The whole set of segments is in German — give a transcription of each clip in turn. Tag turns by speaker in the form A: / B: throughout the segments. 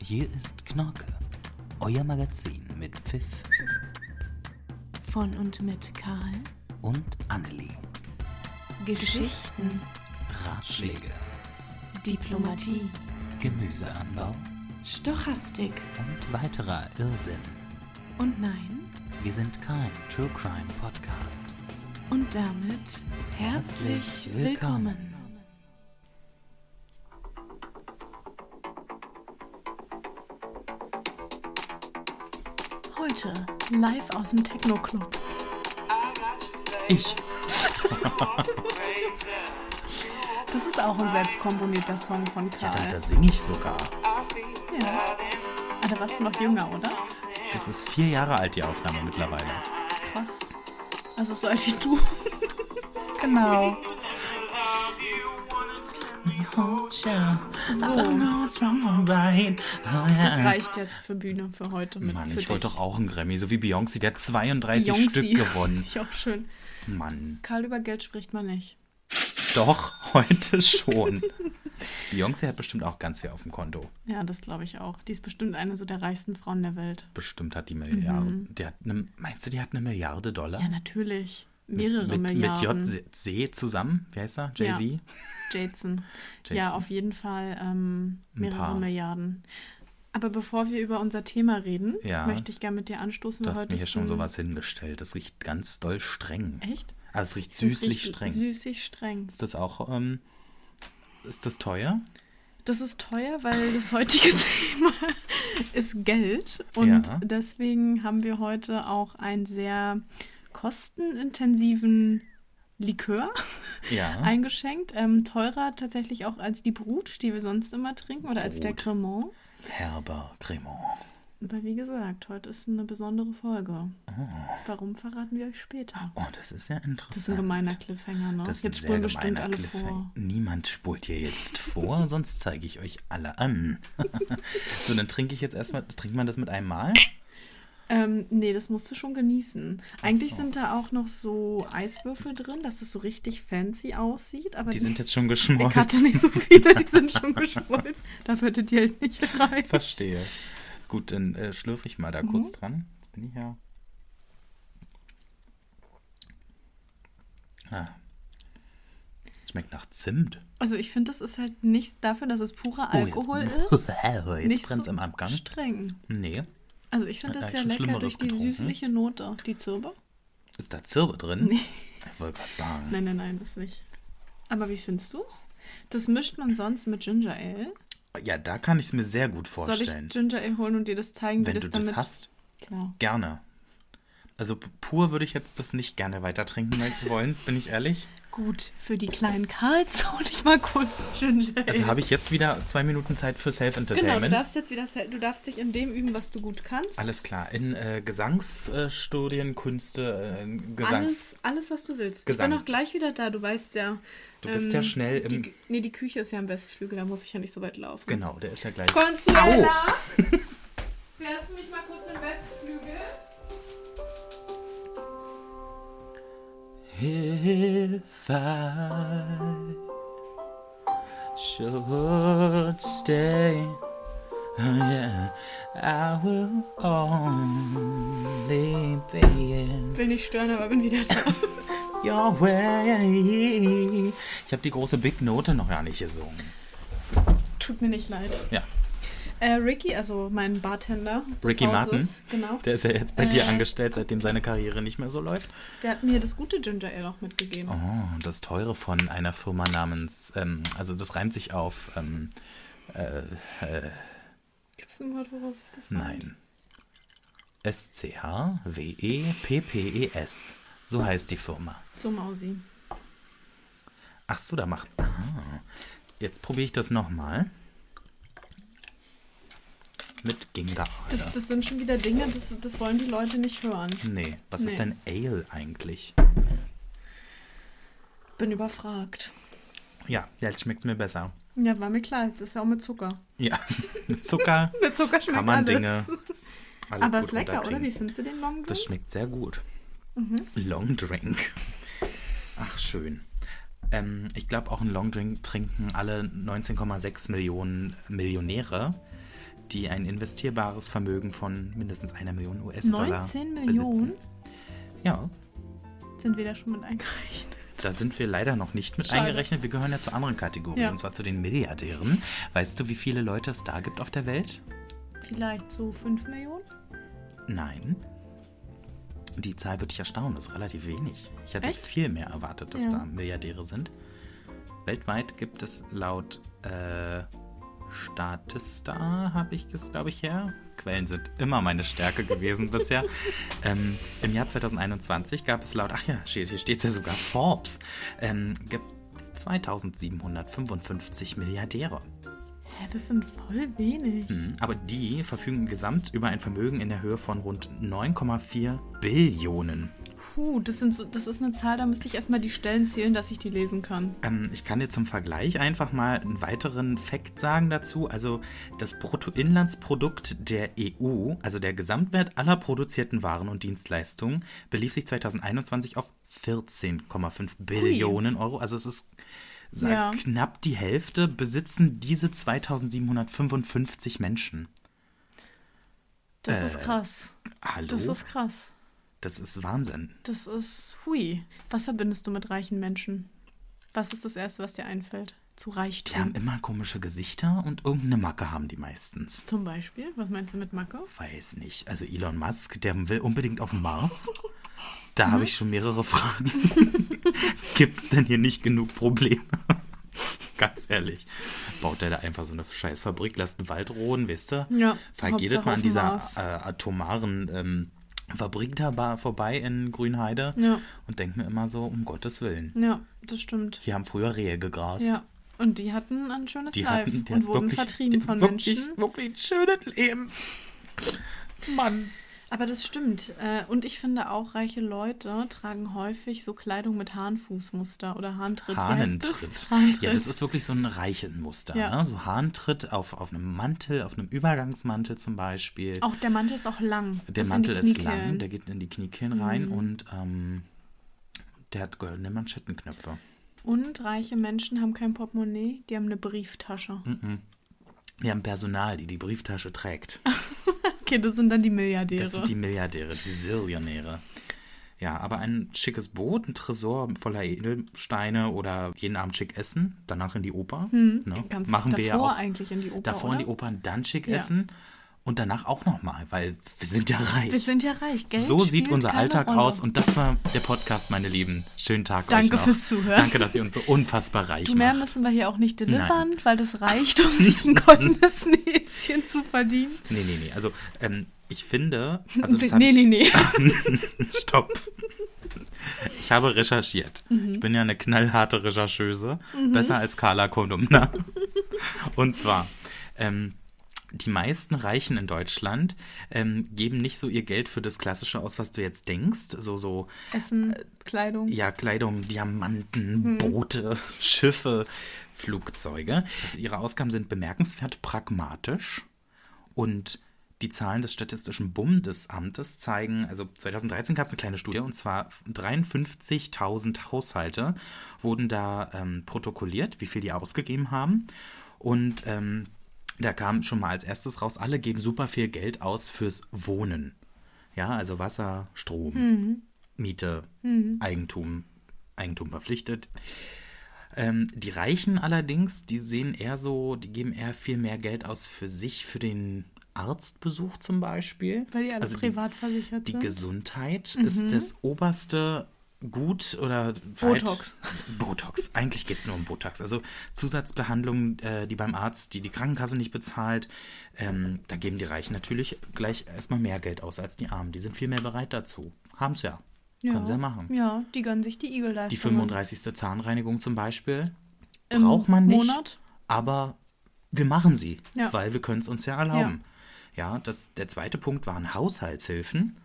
A: Hier ist Knorke, euer Magazin mit Pfiff
B: Von und mit Karl.
A: und Annelie.
B: Geschichten,
A: Ratschläge,
B: Diplomatie,
A: Gemüseanbau
B: Stochastik
A: und weiterer Irrsinn.
B: und nein.
A: Wir sind kein True Crime Podcast.
B: Und damit herzlich willkommen. Heute live aus dem Techno-Club.
A: Ich.
B: Das ist auch ein selbst komponierter Song von
A: Ja, da,
B: Karl.
A: da singe ich sogar.
B: Ja. Ah, da warst du noch jünger, oder?
A: Das ist vier Jahre alt, die Aufnahme mittlerweile.
B: Krass. Also so alt wie du. genau. So, das
A: Das
B: reicht jetzt für Bühne für heute. Mit,
A: Mann,
B: für
A: ich wollte
B: dich.
A: doch auch einen Grammy, so wie Beyoncé, der hat 32
B: Beyoncé.
A: Stück gewonnen.
B: Ich auch schön.
A: Mann,
B: Karl, über Geld spricht man nicht.
A: doch, heute schon. Beyoncé hat bestimmt auch ganz viel auf dem Konto.
B: Ja, das glaube ich auch. Die ist bestimmt eine so der reichsten Frauen der Welt.
A: Bestimmt hat die Milliarden. Die hat eine, meinst du, die hat eine Milliarde Dollar?
B: Mhm. Ja, natürlich. Mehrere
A: mit,
B: Milliarden.
A: Mit JC zusammen, wie heißt er? Jay-Z?
B: Ja. Jason. Ja,
A: Jason.
B: auf jeden Fall ähm,
A: paar.
B: mehrere Milliarden. Aber bevor wir über unser Thema reden,
A: Ja.
B: möchte ich gerne mit dir anstoßen.
A: Du
B: weil
A: hast
B: heute
A: mir hier
B: ist
A: schon
B: ein-
A: sowas hingestellt. Das riecht ganz doll streng.
B: Echt?
A: Aber es riecht
B: Das
A: süßlich
B: riecht
A: streng.
B: Süßig streng.
A: Ist das auch, ähm, ist das teuer?
B: Das ist teuer, weil das heutige Thema ist Geld. Und
A: Ja.
B: deswegen haben wir heute auch einen sehr kostenintensiven Likör
A: Ja.
B: eingeschenkt. Ähm, teurer tatsächlich auch als die Brut, die wir sonst immer trinken, oder als der
A: Brut.
B: Cremant.
A: Herber Cremant.
B: Aber wie gesagt, heute ist eine besondere Folge.
A: Ah.
B: Warum verraten wir euch später?
A: Oh, das ist ja interessant.
B: Das ist ein gemeiner Cliffhanger, ne?
A: Das ist
B: Jetzt
A: ein sehr
B: spulen bestimmt
A: gemeiner
B: alle
A: Cliffhanger.
B: vor.
A: Niemand spult hier jetzt vor, sonst zeige ich euch alle an. so, dann trinke ich jetzt erstmal, trinkt man das mit einem Mal?
B: Ähm, nee, das musst du schon genießen. Eigentlich
A: so.
B: sind da auch noch so Eiswürfel drin, dass es so richtig fancy aussieht, aber
A: Die sind jetzt schon
B: ich hatte
A: geschmolzen.
B: nicht so viele, die sind schon geschmolzen. Da würde die halt nicht rein.
A: Verstehe. Gut, dann äh, schlürfe ich mal
B: Mhm.
A: da kurz dran. Bin ich ja. Ah. Schmeckt nach Zimt.
B: Also ich finde, das ist halt nicht dafür, dass es purer
A: Oh, jetzt-
B: Alkohol ist.
A: Jetzt
B: nicht
A: brennt's im Abgang.
B: streng.
A: Nee.
B: Also ich finde
A: Hat da
B: das sehr
A: schon
B: lecker
A: Schlimmeres
B: durch die
A: getrunken?
B: süßliche Note. Die Zirbe?
A: Ist da Zirbe drin?
B: Nee.
A: Ich wollte gerade sagen.
B: Nein, nein, nein, das nicht. Aber wie findest du es? Das mischt man sonst mit Ginger Ale.
A: Ja, da kann ich es mir sehr gut
B: Soll ich
A: vorstellen.
B: Ginger Ale holen und dir das zeigen,
A: Wenn
B: wie
A: du
B: das
A: das
B: damit...
A: hast,
B: Klar.
A: gerne. Also p- pur würde ich jetzt das nicht gerne weiter trinken wollen, bin ich ehrlich.
B: Gut, für die kleinen Karls hol ich mal kurz Ginger Ale.
A: Also habe ich jetzt wieder zwei Minuten Zeit für
B: genau, du
A: Self-Entertainment.
B: darfst jetzt wieder, du darfst dich in dem üben, was du gut kannst.
A: Alles klar. In äh, Gesangsstudien, Künste, äh, Gesangs.
B: alles, alles, was du willst.
A: Gesang.
B: Ich bin auch gleich wieder da, du weißt ja.
A: Du bist ja schnell im-
B: Die, nee, die Küche ist ja im Westflügel, da muss ich ja nicht so weit laufen.
A: Genau, der ist ja gleich.
B: Consuela! Fährst du mich mal kurz im Westflügel?
A: If I should stay, Oh, yeah, I will only be in
B: Will nicht stören, aber bin wieder da.
A: your way. Ich habe die große Big Note noch gar nicht gesungen.
B: Tut mir nicht leid.
A: Ja,
B: Äh, Ricky, also mein Bartender. des
A: Ricky
B: Hauses, Genau.
A: der ist ja jetzt bei dir
B: Äh.
A: angestellt, seitdem seine Karriere nicht mehr so läuft.
B: Der hat mir das gute Ginger Ale auch mitgegeben.
A: Oh, das teure von einer Firma namens, ähm, also das reimt sich auf, ähm,
B: Gibt es ein Wort, woraus ich das reimt?
A: Nein. E S-C-H-W-E-P-P-E-S. So heißt die Firma.
B: So Mausi.
A: Ach so, da macht. Ah. Jetzt probiere ich das nochmal. Mit Ginger.
B: Das, das sind schon wieder Dinge, das, das wollen die Leute nicht hören.
A: Nee, was ist
B: Nee.
A: denn Ale eigentlich?
B: Bin überfragt.
A: Ja, jetzt schmeckt es mir besser.
B: Ja, war mir klar, das ist ja auch mit Zucker.
A: Ja, mit Zucker
B: Mit Zucker schmeckt
A: kann man Dinge.
B: alles.
A: alle
B: Aber
A: gut
B: ist lecker, oder?
A: runterkriegen.
B: Wie findest du den Long
A: Das
B: Drink?
A: schmeckt sehr gut.
B: Mhm.
A: Long Drink. Ach, schön. Ähm, ich glaube, auch einen Long Drink trinken alle 19,6 Millionen Millionäre, die ein investierbares Vermögen von mindestens einer Million US-Dollar
B: 19
A: besitzen.
B: Millionen
A: Ja,
B: sind wir da schon mit eingerechnet.
A: da sind wir leider noch nicht mit
B: Schade.
A: eingerechnet. Wir gehören ja zur anderen Kategorie,
B: Ja.
A: und zwar zu den Milliardären. Weißt du, wie viele Leute es da gibt auf der Welt?
B: Vielleicht so 5 Millionen?
A: Nein. Die Zahl würde ich erstaunen, das ist relativ wenig. Ich hätte
B: Echt?
A: viel mehr erwartet, dass
B: Ja.
A: da Milliardäre sind. Weltweit gibt es laut äh, Statista, habe ich es, glaube ich, her. Quellen sind immer meine Stärke gewesen bisher. Ähm, Im Jahr 2021 gab es laut, ach ja, steht- hier steht es ja sogar, Forbes, ähm, gibt es 2755 Milliardäre.
B: Hä, das sind voll wenig.
A: Mhm. Aber die verfügen gesamt über ein Vermögen in der Höhe von rund 9,4 Billionen.
B: Puh, das, sind so, das ist eine Zahl, da müsste ich erstmal die Stellen zählen, dass ich die lesen kann.
A: Ähm, ich kann dir zum Vergleich einfach mal einen weiteren Fakt sagen dazu. Also das Bruttoinlandsprodukt der EU, also der Gesamtwert aller produzierten Waren und Dienstleistungen, belief sich 2021 auf 14,5 Billionen Euro. Also es ist sag,
B: Ja.
A: knapp die Hälfte besitzen diese 2755 Menschen.
B: Das
A: Äh,
B: ist krass.
A: Hallo?
B: Das ist krass.
A: das ist Wahnsinn.
B: Das ist hui. Was verbindest du mit reichen Menschen? Was ist das Erste, was dir einfällt? Zu
A: Die haben
B: Reichtum.
A: immer komische Gesichter und irgendeine Macke haben die meistens.
B: Zum Beispiel? Was meinst du mit Macke?
A: Weiß nicht. Also Elon Musk, der will unbedingt auf den Mars. Da habe
B: Mhm.
A: ich schon mehrere Fragen. Gibt es denn hier nicht genug Probleme? Ganz ehrlich. Baut der da einfach so eine scheiß Fabrik, lasst einen Wald roden, wisst ihr?
B: Ja,
A: Vergeht mal
B: Hauptsache auf
A: an
B: dem
A: dieser
B: Mars.
A: äh, atomaren ähm, Fabrik da ba- vorbei in Grünheide
B: Ja.
A: und denkt mir immer so, um Gottes Willen.
B: Ja, das stimmt.
A: Hier haben früher Rehe gegrast.
B: Ja. Und die hatten ein schönes
A: Die
B: Life
A: hatten, die
B: und
A: hat
B: wurden
A: wirklich,
B: vertrieben
A: die-
B: von
A: wirklich,
B: Menschen.
A: Wirklich ein schönes Leben. Mann.
B: Aber das stimmt. Äh, Und ich finde auch, reiche Leute tragen häufig so Kleidung mit Hahnfußmuster oder Hahntritt. Wie heißt
A: Hahnentritt.
B: das? Hahntritt.
A: Ja, das ist wirklich so ein reichen Muster.
B: Ja.
A: Ne? So Hahnentritt auf, auf einem Mantel, auf einem Übergangsmantel zum Beispiel.
B: auch der Mantel ist auch lang.
A: der
B: bis in die
A: Mantel ist
B: Kniekehlen. Mhm.
A: lang, der geht in die Kniekehlen rein und ähm, der hat goldene Manschettenknöpfe.
B: Und reiche Menschen haben kein Portemonnaie, die haben eine Brieftasche.
A: Hm. Wir haben Personal, die die Brieftasche trägt.
B: Okay, das sind dann die Milliardäre.
A: Das sind die Milliardäre, die Zillionäre. Ja, aber ein schickes Boot, ein Tresor voller Edelsteine oder jeden Abend schick essen, danach in die Oper. ne?
B: Hm, Ganz
A: Machen
B: davor
A: wir ja auch
B: eigentlich in die Oper.
A: davor
B: oder?
A: in die Oper und dann schick
B: Ja.
A: essen und danach auch nochmal, weil wir sind ja reich.
B: Wir sind ja reich, Geld
A: so sieht
B: spielt
A: unser
B: keine
A: Alltag
B: Rolle.
A: aus und das war der Podcast, meine Lieben. Schönen Tag euch
B: Danke
A: noch.
B: fürs Zuhören.
A: Danke, dass ihr uns so unfassbar reich
B: Mehr
A: macht.
B: müssen wir hier auch nicht delivern, weil das reicht, um sich ein goldenes Näschen zu verdienen.
A: Nee, nee, nee. Also, ähm, ich finde, also das hab
B: nee,
A: ich,
B: nee, nee.
A: Stopp. Ich habe recherchiert. Ich bin ja eine knallharte Rechercheuse. Besser als Carla Kolumna. Und zwar, ähm, die meisten Reichen in Deutschland ähm, geben nicht so ihr Geld für das Klassische aus, was du jetzt denkst. So, so,
B: Essen, Kleidung.
A: Äh, ja, Kleidung, Diamanten, Boote, Schiffe, Flugzeuge. Also ihre Ausgaben sind bemerkenswert pragmatisch und die Zahlen des Statistischen Bundesamtes zeigen, also 2013 gab es eine kleine Studie und zwar 53.000 Haushalte wurden da ähm, protokolliert, wie viel die ausgegeben haben. Und ähm, da kam schon mal als erstes raus, alle geben super viel Geld aus fürs Wohnen. Ja, also Wasser, Strom,
B: Mhm.
A: Miete, Eigentum, Eigentum verpflichtet. Ähm, die Reichen allerdings, die sehen eher so, die geben eher viel mehr Geld aus für sich, für den Arztbesuch zum Beispiel.
B: Weil die alle
A: Also
B: privat versichert
A: Die, die
B: sind.
A: Gesundheit
B: Mhm.
A: ist das oberste Gut oder
B: Botox.
A: Weit, Botox. Eigentlich geht es nur um Botox. Also Zusatzbehandlungen, äh, die beim Arzt, die die Krankenkasse nicht bezahlt, ähm, da geben die Reichen natürlich gleich erstmal mehr Geld aus als die Armen. Die sind viel mehr bereit dazu. Haben's ja. Können sie ja machen.
B: Ja, die gönnen sich die Igelleistung.
A: Die 35. Zahnreinigung zum Beispiel
B: Im
A: braucht man nicht,
B: Monat?
A: aber wir machen sie,
B: Ja.
A: weil wir können es uns ja erlauben. Ja, das, der zweite Punkt waren Haushaltshilfen.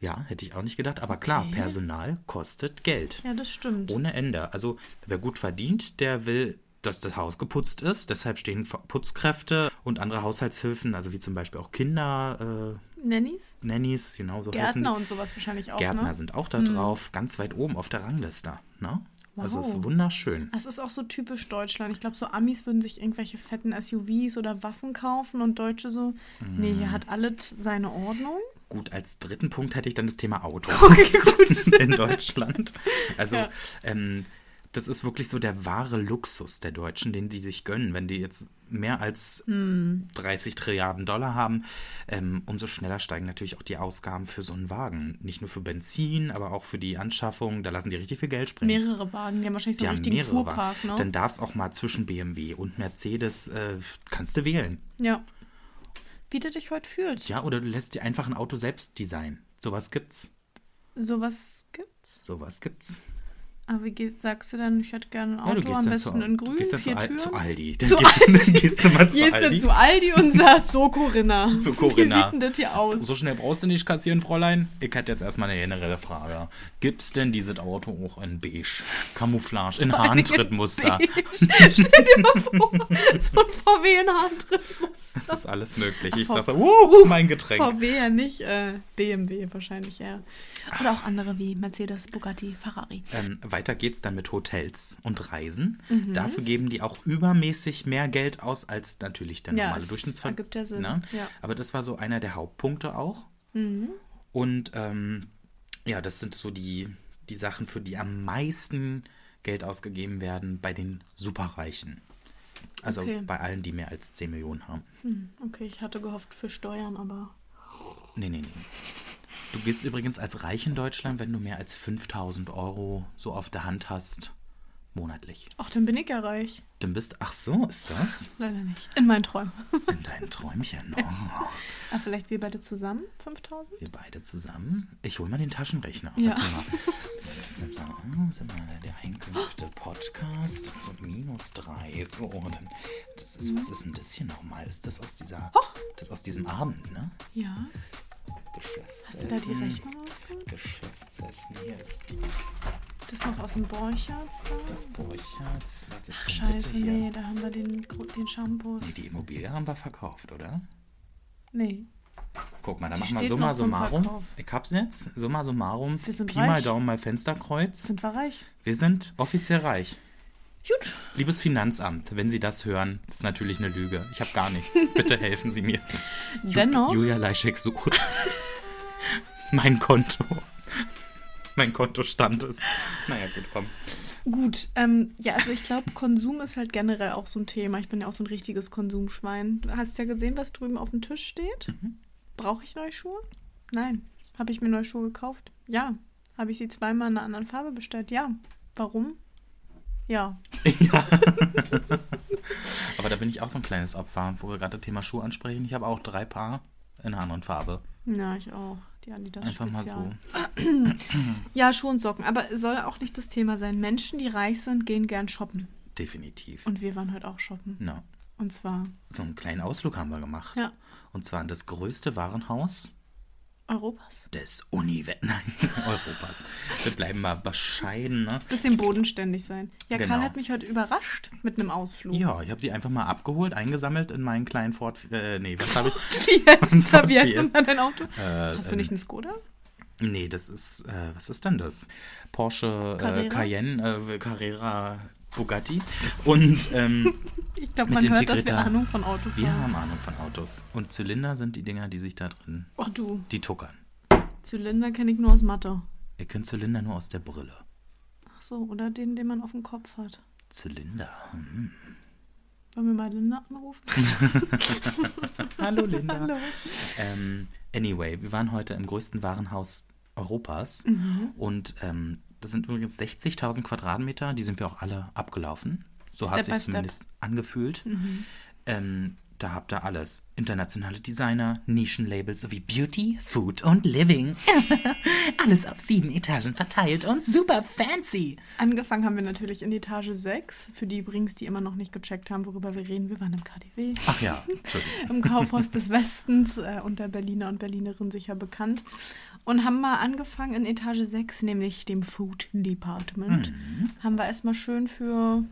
A: Ja, hätte ich auch nicht gedacht, aber klar,
B: Okay.
A: Personal kostet Geld.
B: Ja, das stimmt.
A: Ohne Ende. Also, wer gut verdient, der will, dass das Haus geputzt ist. Deshalb stehen Putzkräfte und andere Haushaltshilfen, also wie zum Beispiel auch Kinder,
B: Nannies?
A: äh, Nannies, genau so heißen die.
B: ne? Gärtner und sowas wahrscheinlich auch,
A: Gärtner
B: ne?
A: sind auch da drauf, ganz weit oben auf der Rangliste. Ne? Also es ist wunderschön.
B: Es ist auch so typisch Deutschland. Ich glaube, so Amis würden sich irgendwelche fetten SUVs oder Waffen kaufen und Deutsche so, nee,
A: Mm.
B: hier hat alles seine Ordnung.
A: Gut, als dritten Punkt hätte ich dann das Thema Auto
B: Okay, gut.
A: in Deutschland. Also
B: Ja.
A: ähm, das ist wirklich so der wahre Luxus der Deutschen, den die sich gönnen. Wenn die jetzt mehr als
B: Hm.
A: 30 Trilliarden Dollar haben, ähm, umso schneller steigen natürlich auch die Ausgaben für so einen Wagen. Nicht nur für Benzin, aber auch für die Anschaffung. Da lassen die richtig viel Geld springen.
B: Mehrere Wagen, die haben wahrscheinlich so
A: Die
B: einen
A: haben
B: richtigen
A: mehrere
B: Fuhrpark,
A: Wagen.
B: ne?
A: Dann darf es auch mal zwischen BMW und Mercedes, äh, kannst du wählen.
B: ja. Wie du dich heute fühlst.
A: Ja, oder du lässt dir einfach ein Auto selbst designen. Sowas gibt's.
B: Sowas gibt's.
A: Sowas gibt's.
B: Aber wie geh- sagst du dann, ich hätte gerne ein
A: Ja, du
B: Auto,
A: gehst
B: am
A: dann
B: besten
A: zu,
B: in
A: Du
B: grün,
A: gehst dann zu,
B: vier
A: Al
B: Türen.
A: zu Aldi. Dann
B: Zu
A: gehst, Du, gehst du mal zu
B: Gehst du
A: Aldi.
B: zu Aldi und sagst, so Corinna,
A: So, Corinna.
B: wie sieht denn das hier aus?
A: so schnell brauchst du nicht kassieren, Fräulein. Ich hätte jetzt erstmal eine generelle Frage. Gibt's denn dieses Auto auch in beige? Camouflage, in Harntrittmuster.
B: Beige. Stell dir mal vor, so ein VW in Hand drin muss.
A: Das ist alles möglich. Ich
B: Ach,
A: sag so, uh,
B: uh,
A: mein Getränk.
B: VW ja nicht, äh, BMW wahrscheinlich, ja. Oder auch andere wie Mercedes, Bugatti, Ferrari.
A: Ähm, weiter geht's dann mit Hotels und Reisen.
B: Mhm.
A: Dafür geben die auch übermäßig mehr Geld aus als natürlich der
B: Ja,
A: normale
B: es
A: Durchschnittsver-
B: ergibt ja Sinn,
A: Ne?
B: ja. Mhm.
A: Aber das war so einer der Hauptpunkte auch. Und ähm, ja, das sind so die, die Sachen, für die am meisten Geld ausgegeben werden bei den Superreichen. Also
B: Okay.
A: bei allen, die mehr als 10 Millionen haben.
B: Okay, ich hatte gehofft für Steuern, aber
A: Nee, nee, nee. Du giltst übrigens als reich in Deutschland, wenn du mehr als 5000 Euro so auf der Hand hast, monatlich.
B: ach, dann bin ich ja reich.
A: Dann bist ach so, ist das?
B: Leider nicht. In meinen Träumen.
A: In deinen Träumchen. Oh,
B: Ah, vielleicht wir beide zusammen? 5000?
A: wir beide zusammen. Ich hole mal den Taschenrechner.
B: Ja.
A: Warte mal. So, jetzt sind wir- oh, sind wir bei der Einkünfte Podcast. So minus drei. So, und dann, das ist, was ist denn das hier nochmal? Ist das aus dieser, das ist aus diesem Abend, ne?
B: Ja. Oh. Hast du
A: Geschäftsessen.
B: da die Rechnung ausgeholt?
A: Geschäftsessen. Hier ist
B: Das ist noch aus dem Borchards da?
A: das Borchertz. Was ist denn das
B: Scheiße,
A: hier?
B: nee, da haben wir den, Gro- den Shampoos.
A: Nee, die Immobilie haben wir verkauft, oder?
B: Nee.
A: Guck mal, dann
B: Die
A: machen wir
B: steht
A: summa
B: noch zum
A: summarum.
B: Verkauf.
A: Ich hab's jetzt. Summa summarum.
B: Wir sind
A: Pi mal
B: reich.
A: Daumen mal Fensterkreuz.
B: Sind wir reich?
A: Wir sind offiziell reich.
B: Gut.
A: Liebes Finanzamt, wenn Sie das hören, das ist natürlich eine Lüge. Ich habe gar nichts. Bitte helfen Sie mir.
B: Dennoch.
A: Julia Leischek sucht mein Konto. Mein Kontostand ist. Naja, gut, komm.
B: Gut, ähm, ja, also ich glaube, Konsum ist halt generell auch so ein Thema. Ich bin ja auch so ein richtiges Konsumschwein. Du hast ja gesehen, was drüben auf dem Tisch steht.
A: Mhm.
B: Brauche ich neue Schuhe? Nein. Habe ich mir neue Schuhe gekauft? Ja. Habe ich sie zweimal in einer anderen Farbe bestellt? Ja. Warum? Ja.
A: Aber da bin ich auch so ein kleines Opfer, wo wir gerade das Thema Schuhe ansprechen. Ich habe auch drei Paar in einer anderen Farbe.
B: Ja, ich auch. Die Adidas
A: Einfach mal
B: Spezial.
A: so.
B: Ja, Schuhe und Socken. Aber es soll auch nicht das Thema sein. Menschen, die reich sind, gehen gern shoppen.
A: Definitiv.
B: Und wir waren heute auch shoppen.
A: Na,
B: Und zwar
A: so einen kleinen Ausflug haben wir gemacht.
B: Ja.
A: Und zwar in das größte Warenhaus
B: Europas.
A: des Universums. Nein, Europas. Wir bleiben mal bescheiden, ne?
B: Bisschen bodenständig sein. Ja,
A: Genau.
B: Karl hat mich heute überrascht mit einem Ausflug.
A: Ja, ich habe sie einfach mal abgeholt, eingesammelt in meinen kleinen Ford. Äh, nee, was habe ich?
B: Fiesta, wie heißt
A: Fiesta.
B: denn dein Auto?
A: Äh, ähm,
B: Hast du nicht einen Skoda?
A: Nee, das ist. Äh, was ist denn das? Porsche äh,
B: Carrera?
A: Cayenne, äh, Carrera Bugatti. Und ähm,
B: Ich glaube,
A: mit
B: man hört, dass wir
A: integrierter-
B: Ahnung von Autos
A: wir
B: haben.
A: haben Ahnung von Autos. Und Zylinder sind die Dinger, die sich da drin.
B: Oh du,
A: Die tuckern.
B: Zylinder kenne ich nur aus Mathe.
A: Ihr kennt Zylinder nur aus der Brille.
B: Ach so, oder den, den man auf dem Kopf hat.
A: Zylinder.
B: Wollen wir mal Linda anrufen?
A: Hallo Linda.
B: Hallo.
A: Ähm, anyway, wir waren heute im größten Warenhaus Europas
B: Mhm.
A: und ähm, das sind übrigens 60.000 Quadratmeter, die sind wir auch alle abgelaufen. So hat
B: Step Mhm. by
A: sich
B: step.
A: zumindest angefühlt. Ähm, da habt ihr alles. Internationale Designer, Nischenlabels sowie Beauty, Food und Living. alles auf sieben Etagen verteilt und super fancy.
B: Angefangen haben wir natürlich in Etage 6. Für die übrigens, die immer noch nicht gecheckt haben, worüber wir reden. Wir waren im KDW,
A: Ach ja, Entschuldigung.
B: im Kaufhaus des Westens, äh, unter Berliner und Berlinerinnen sicher bekannt. Und haben mal angefangen in Etage 6, nämlich dem Food Department.
A: Mhm.
B: Haben wir erstmal schön für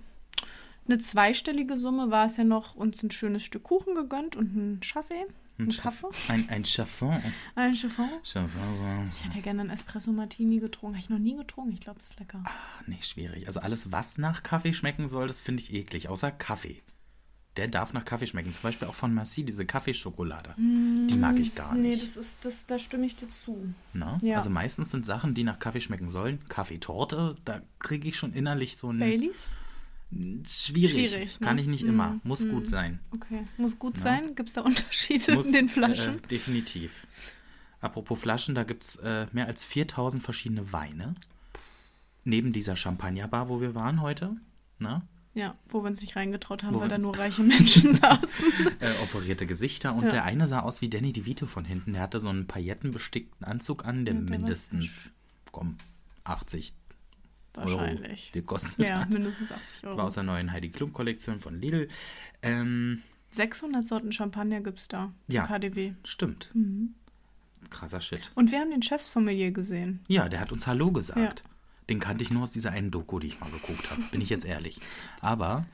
B: eine zweistellige Summe war es ja noch uns ein schönes Stück Kuchen gegönnt und einen Kaffee. Ein
A: Schaff-
B: Kaffee?
A: Ein, ein Schaffon.
B: Ein Chiffon?
A: Schaffon.
B: Ich hätte ja gerne einen Espresso Martini getrunken. Habe ich noch nie getrunken. Ich glaube, es ist lecker.
A: Ach, nee, schwierig. Also alles, was nach Kaffee schmecken soll, das finde ich eklig. Außer Kaffee. Der darf nach Kaffee schmecken. Zum Beispiel auch von Marcy, diese Kaffeeschokolade. Die mag ich gar
B: Nee,
A: nicht.
B: das ist, das, da stimme ich dir zu.
A: Ne?
B: Ja.
A: Also meistens sind Sachen, die nach Kaffee schmecken sollen. Kaffeetorte, da kriege ich schon innerlich so ein...
B: Baileys?
A: Schwierig.
B: Schwierig, ne? Mhm.
A: Kann ich nicht immer. Muss gut sein.
B: Okay. Muss gut sein. Gibt es da Unterschiede
A: Muss,
B: in den Flaschen?
A: Äh, definitiv. Apropos Flaschen, da gibt es äh, mehr als 4000 verschiedene Weine. Neben dieser Champagnerbar, wo wir waren heute, ne?
B: ja, wo wir uns nicht reingetraut haben,
A: Wo
B: weil
A: wir
B: da
A: uns-
B: nur reiche Menschen saßen.
A: äh, operierte Gesichter. Und
B: Ja.
A: der eine sah aus wie Danny DeVito von hinten. Der hatte so einen paillettenbestickten Anzug an, der
B: Ja, der war
A: mindestens, komm, 80
B: Wahrscheinlich.
A: Euro gekostet
B: Ja,
A: hat.
B: mindestens 80
A: War
B: Euro.
A: aus der neuen Heidi Klum-Kollektion von Lidl. Ähm,
B: 600 Sorten Champagner gibt es da. im
A: Ja.
B: KDW.
A: stimmt.
B: Mhm.
A: Krasser Shit.
B: Und wir haben den Chefsommelier gesehen.
A: Ja, der hat uns Hallo gesagt. Den kannte ich nur aus dieser einen Doku, die ich mal geguckt habe, bin ich jetzt ehrlich. Aber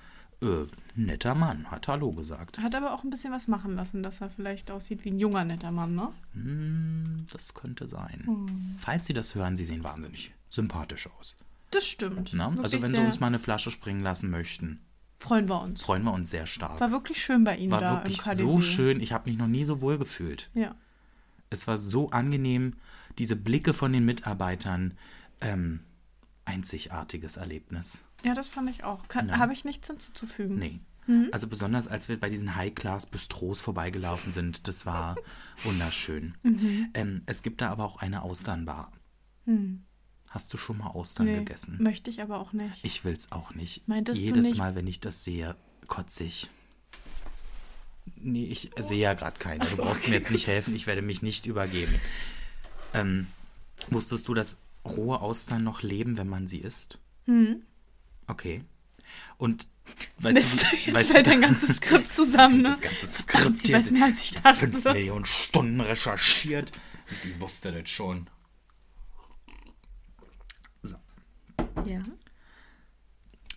A: äh, netter Mann, hat Hallo gesagt.
B: Hat aber auch ein bisschen was machen lassen, dass er vielleicht aussieht wie ein junger, netter Mann, ne?
A: Hm, das könnte sein.
B: Hm.
A: Falls Sie das hören, Sie sehen wahnsinnig sympathisch aus.
B: Das stimmt.
A: Na? Also
B: Wirklich
A: wenn Sie
B: sehr-
A: uns mal eine Flasche springen lassen möchten,
B: Freuen wir uns.
A: freuen wir uns sehr stark.
B: War wirklich schön bei Ihnen
A: War
B: da
A: wirklich
B: im KDW.
A: so schön. Ich habe mich noch nie so wohl gefühlt.
B: Ja.
A: Es war so angenehm, diese Blicke von den Mitarbeitern. Ähm, einzigartiges Erlebnis.
B: ja, das fand ich auch. Kann-
A: Ja.
B: Habe ich nichts hinzuzufügen.
A: Nee.
B: Mhm.
A: Also besonders als wir bei diesen High-Class-Bistros vorbeigelaufen sind, das war wunderschön.
B: Mhm.
A: Ähm, es gibt da aber auch eine Austernbar. Hast du schon mal Austern
B: Nee,
A: gegessen?
B: Möchte ich aber auch nicht.
A: Ich will's auch nicht.
B: Meintest du
A: Jedes
B: nicht-
A: Mal, wenn ich das sehe, kotze ich. Nee, ich sehe ja gerade keine. Du
B: so,
A: brauchst
B: okay,
A: mir jetzt nicht
B: gut.
A: helfen, ich werde mich nicht übergeben. Ähm, wusstest du, dass rohe Austern noch leben, wenn man sie isst?
B: Hm.
A: Okay. Und weißt
B: Mist,
A: du, wie-
B: jetzt
A: weißt du-
B: fällt dein ganzes Skript zusammen, ne?
A: das ganze
B: Verdammt,
A: Skript
B: sie
A: hier
B: weiß mehr, als ich
A: fünf
B: dachte.
A: Millionen Stunden recherchiert. Und Die wusste das schon. So.
B: Ja.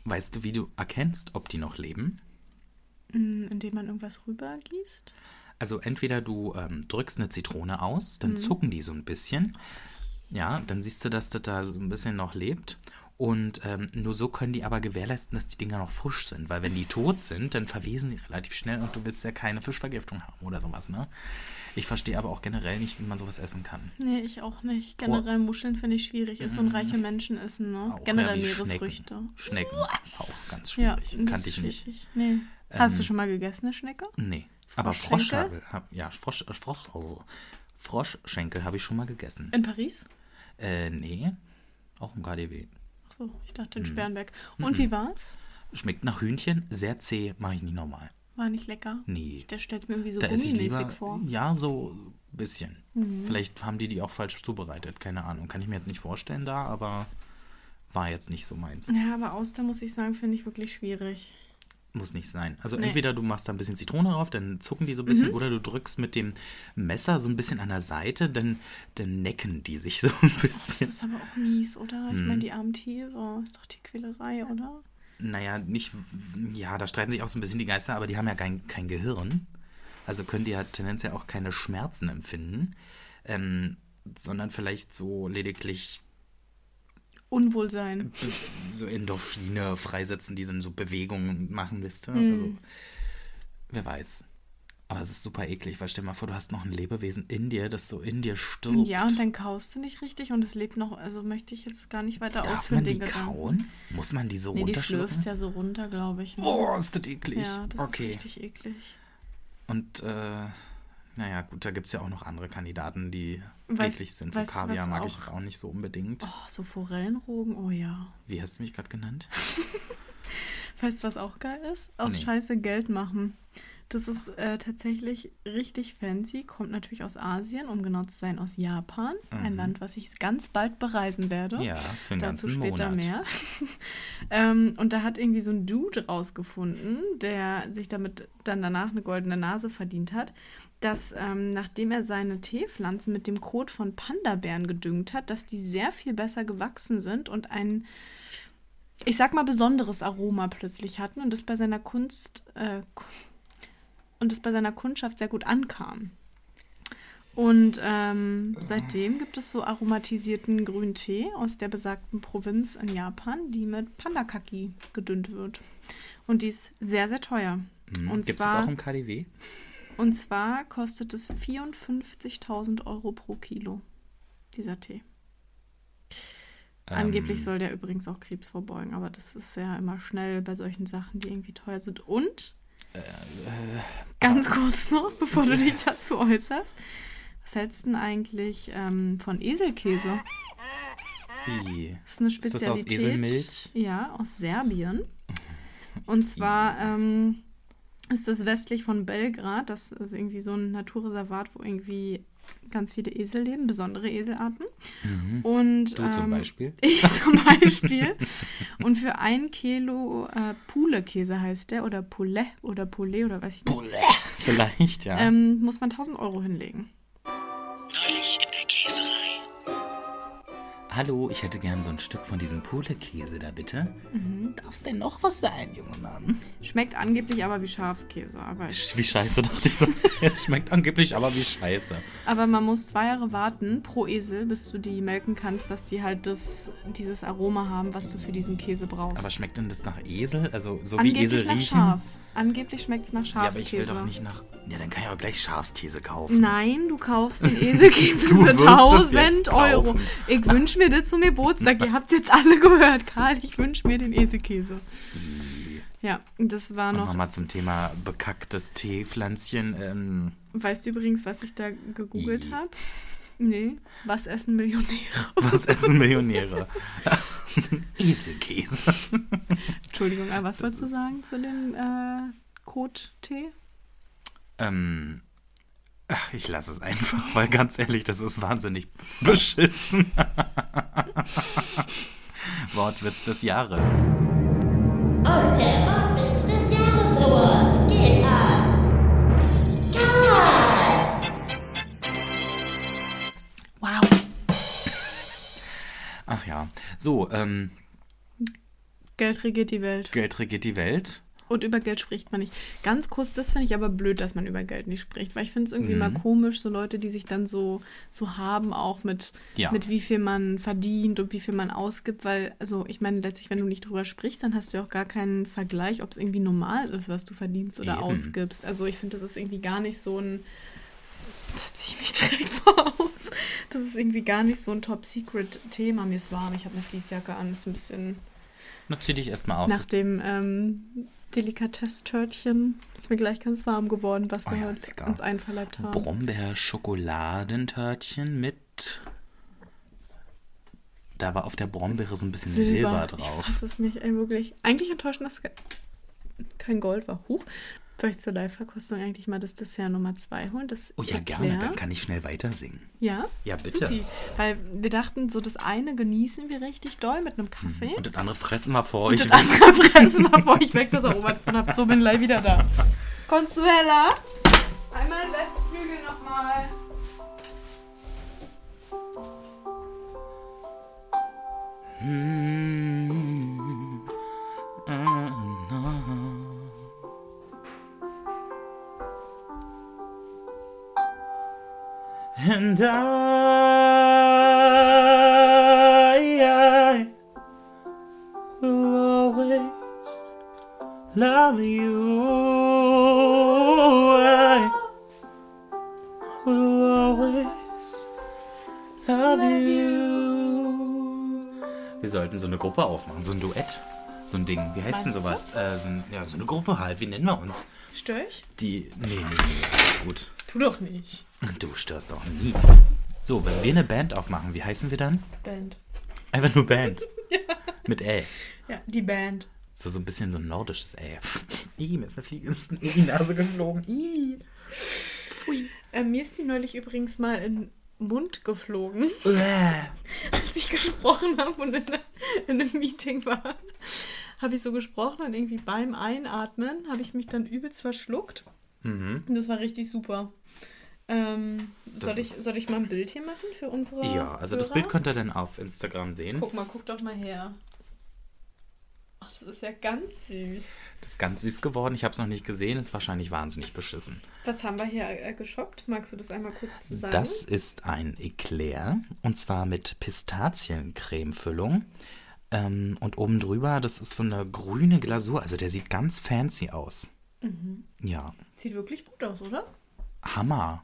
A: Weißt du, wie du erkennst, ob die noch leben?
B: Mm, Indem man irgendwas rübergießt.
A: Also entweder du ähm, drückst eine Zitrone aus,
B: Mhm.
A: dann zucken die so ein bisschen. Ja, dann siehst du, dass das da so ein bisschen noch lebt. Und ähm, nur so können die aber gewährleisten, dass die Dinger noch frisch sind. Weil wenn die tot sind, dann verwesen die relativ schnell und du willst ja keine Fischvergiftung haben oder sowas, ne? Ich verstehe aber auch generell nicht, wie man sowas essen kann.
B: Nee, ich auch nicht. Generell Muscheln finde ich schwierig. Ist so ein reiche Menschen essen, ne?
A: Auch,
B: Generell
A: Mm. ja, wie
B: Meeresfrüchte.
A: Schnecken. Schnecken. Auch ganz
B: Ja,
A: schwierig.
B: das
A: Kannte
B: ist
A: ich nicht. Ähm.
B: schwierig. Nee. Hast du schon mal gegessen, eine Schnecke?
A: Nee. Aber
B: Froschschenkel?
A: Froschschenkel? Ja, Frosch, äh, Frosch, oh. Froschschenkel habe ich schon mal gegessen.
B: In Paris?
A: Äh, nee. Auch im KDW.
B: Ach so, ich dachte
A: Mhm.
B: in Sperrenberg. Und wie war's?
A: Schmeckt nach Hühnchen, sehr zäh, mache ich nicht normal.
B: War nicht lecker?
A: Nee.
B: Der stellt mir irgendwie so
A: Da esse ich
B: gummimäßig
A: lieber.
B: vor. Mhm.
A: Ja, so ein bisschen. Vielleicht haben die die auch falsch zubereitet, keine Ahnung. Kann ich mir jetzt nicht vorstellen da, aber war jetzt nicht so meins.
B: Ja, aber Auster, muss ich sagen, finde ich wirklich schwierig.
A: Muss nicht sein. Also
B: Nee. Mhm.
A: entweder du machst da ein bisschen Zitrone drauf, dann zucken die so ein bisschen, oder du drückst mit dem Messer so ein bisschen an der Seite, dann, dann necken die sich so ein
B: Das
A: bisschen.
B: ist aber auch mies, oder?
A: Mhm.
B: Ich meine, die armen Tiere. Ist doch Tierquälerei, oder?
A: Naja, nicht, ja, da streiten sich auch so ein bisschen die Geister, aber die haben ja kein, kein Gehirn. Also können die ja tendenziell auch keine Schmerzen empfinden, ähm, sondern vielleicht so lediglich
B: Unwohlsein.
A: be- so Endorphine freisetzen, die dann so Bewegungen machen, wisst ihr?
B: Hm.
A: Also, wer weiß. Aber es ist super eklig, weil stell mal vor, du hast noch ein Lebewesen in dir, das so in dir stirbt.
B: Ja, und dann kaust du nicht richtig und es lebt noch. Also möchte ich jetzt gar nicht weiter
A: Darf man
B: ausführen,
A: die
B: den Gedanken.
A: kauen? Muss man die so
B: Nee, die
A: runterschlürfen?
B: schlürfst ja so runter, glaube ich. ne?
A: Boah, ist das eklig.
B: ja, das
A: okay.
B: ist richtig eklig.
A: Und äh, naja, gut, da gibt es ja auch noch andere Kandidaten, die
B: Weißt-
A: eklig sind. So
B: weißt du,
A: Kaviar
B: was
A: mag
B: auch-
A: ich auch nicht so unbedingt.
B: Oh, so Forellenrogen, oh ja.
A: Wie hast du mich gerade genannt?
B: Weißt du, was auch geil ist? Aus
A: Nee.
B: Scheiße Geld machen. Das ist äh, tatsächlich richtig fancy, kommt natürlich aus Asien, um genau zu sein, aus Japan. Ein Land, was ich ganz bald bereisen werde.
A: Mhm. Ja, für einen
B: Dazu
A: ganzen
B: später
A: Monat.
B: mehr. ähm, und da hat irgendwie so ein Dude rausgefunden, der sich damit dann danach eine goldene Nase verdient hat, dass ähm, nachdem er seine Teepflanzen mit dem Kot von Pandabären gedüngt hat, dass die sehr viel besser gewachsen sind und ein, ich sag mal, besonderes Aroma plötzlich hatten und das bei seiner Kunst, äh, Ku- und es bei seiner Kundschaft sehr gut ankam. Und ähm, seitdem gibt es so aromatisierten grünen Tee aus der besagten Provinz in Japan, die mit Pandakaki gedünnt wird. Und die ist sehr, sehr teuer. Und
A: Gibt es
B: zwar-
A: Mhm. auch im KDW?
B: Und zwar kostet es 54.000 Euro pro Kilo, dieser Tee.
A: Ähm.
B: Angeblich soll der übrigens auch Krebs vorbeugen, aber das ist ja immer schnell bei solchen Sachen, die irgendwie teuer sind. Und, ganz kurz noch, bevor du dich dazu äußerst, was hältst du denn eigentlich ähm, von Eselkäse?
A: I.
B: Das ist eine
A: das aus
B: Spezialität.
A: Eselmilch?
B: Ja, aus Serbien. Und zwar ähm, ist es westlich von Belgrad. Das ist irgendwie so ein Naturreservat, wo irgendwie ganz viele Esel leben, besondere Eselarten. Und,
A: Mhm. Du zum
B: ähm,
A: Beispiel?
B: Ich zum Beispiel. Und für ein Kilo äh, Pule-Käse heißt der, oder Poulet oder Poulet oder weiß ich nicht,
A: Vielleicht, ja.
B: ähm, muss man 1000 Euro hinlegen.
A: Hallo, ich hätte gern so ein Stück von diesem Pulekäse da bitte.
B: Mhm.
A: Darf's denn noch was sein, junger Mann?
B: Schmeckt angeblich aber wie Schafskäse. Aber, ich,
A: Wie scheiße dachte ich das? Jetzt schmeckt angeblich, aber wie scheiße.
B: aber man muss zwei Jahre warten pro Esel, bis du die melken kannst, dass die halt das, dieses Aroma haben, was du für diesen Käse brauchst.
A: Aber schmeckt denn das nach Esel? Also so wie
B: Angeblich
A: Esel
B: nach
A: riechen?
B: Schaf. Angeblich schmeckt es nach
A: Ja, aber
B: Schafskäse.
A: ich will doch nicht nach. Ja, dann kann ich auch gleich Schafskäse kaufen.
B: Nein, du kaufst den Eselkäse
A: Du
B: für
A: wirst es
B: 1000
A: jetzt
B: Euro.
A: kaufen.
B: Ich wünsche mir das zu mir Geburtstag. Ihr habt es jetzt alle gehört, Karl. Ich wünsche mir den Eselkäse. Ja, das war
A: Und
B: noch.
A: nochmal zum Thema bekacktes Teepflänzchen. Ähm,
B: Weißt du übrigens, was ich da gegoogelt
A: I.
B: habe? Nee. Was essen Millionäre?
A: was essen Millionäre? Eselkäse.
B: Entschuldigung, aber was wolltest du
A: ist-
B: sagen zu dem äh, Kottee?
A: Ähm, ach, ich lasse es einfach, weil ganz ehrlich, das ist wahnsinnig beschissen. Wortwitz des Jahres.
C: Und der Wortwitz des Jahres Awards geht an. Karl!
B: Wow.
A: Ach ja. So, ähm,
B: Geld regiert die Welt.
A: Geld regiert die Welt.
B: Und über Geld spricht man nicht. Ganz kurz, das finde ich aber blöd, dass man über Geld nicht spricht, weil ich finde es irgendwie
A: Mhm.
B: immer komisch, so Leute, die sich dann so, so haben, auch mit,
A: Ja.
B: mit wie viel man verdient und wie viel man ausgibt, weil, also ich meine, letztlich, wenn du nicht drüber sprichst, dann hast du ja auch gar keinen Vergleich, ob es irgendwie normal ist, was du verdienst oder
A: Eben.
B: ausgibst. Also ich finde, das ist irgendwie gar nicht so ein. Da ziehe ich mich direkt mal aus. Das ist irgendwie gar nicht so ein Top-Secret-Thema. Mir ist warm, ich habe eine Fließjacke an, ist ein bisschen
A: Na, zieh dich erstmal aus.
B: nach dem ähm, Delikatess-Törtchen ist mir gleich ganz warm geworden, was wir
A: Oh ja,
B: heute
A: lecker.
B: uns einverleibt haben.
A: Brombeer-Schokoladentörtchen mit. Da war auf der Brombeere so ein bisschen Silber, drauf.
B: Ich fass es nicht, ey, wirklich. Eigentlich enttäuschend, dass ge- kein Gold war. Huch. Soll ich zur Live-Verkostung eigentlich mal das Dessert Nummer 2 holen? Das
A: Oh ja,
B: Eclair?
A: gerne, dann kann ich schnell weiter singen.
B: Ja?
A: Ja, bitte.
B: Supi. Weil wir dachten, so das eine genießen wir richtig doll mit einem Kaffee.
A: Mhm. Und das andere fressen wir vor
B: Und
A: euch.
B: das andere fressen wir vor ich weg das erobert von hab. So bin gleich wieder da. Consuela! Einmal Westflügel nochmal.
A: And I, I will always love you. I will always love you. Wir sollten so eine Gruppe aufmachen, so ein Duett, so ein Ding. Wie heißt denn
B: Meinst
A: sowas? Äh, so, ein, ja, so eine Gruppe halt. Wie nennen wir uns?
B: Störch?
A: Die. Nee, nee, nee, ist gut.
B: Tu doch nicht.
A: Du störst auch nie. So, wenn wir eine Band aufmachen, wie heißen wir dann?
B: Band.
A: Einfach nur Band. Mit Ä.
B: Ja, die Band.
A: So, so ein bisschen so ein nordisches Ä. Ih, mir ist eine Fliege in die Nase geflogen. Ih.
B: Pfui. Äh, mir ist die neulich übrigens mal in den Mund geflogen,
A: Uäh.
B: als ich gesprochen habe und in, in einem Meeting war. Habe ich so gesprochen und irgendwie beim Einatmen habe ich mich dann übelst verschluckt.
A: Mhm.
B: Und das war richtig super. Ähm,
A: Das
B: soll, ich,
A: ist-
B: soll ich mal ein Bild hier machen für unsere.
A: Ja, also das
B: Hörer?
A: Bild könnt ihr dann auf Instagram sehen.
B: Guck mal, guck doch mal her. Ach, das ist ja ganz süß.
A: Das ist ganz süß geworden. Ich habe es noch nicht gesehen. Ist wahrscheinlich wahnsinnig beschissen.
B: Was haben wir hier äh, geshoppt? Magst du das einmal kurz sagen?
A: Das ist ein Eclair und zwar mit Pistaziencreme-Füllung. Ähm, und oben drüber, das ist so eine grüne Glasur. Also der sieht ganz fancy aus. Ja,
B: Sieht wirklich gut aus, oder?
A: Hammer.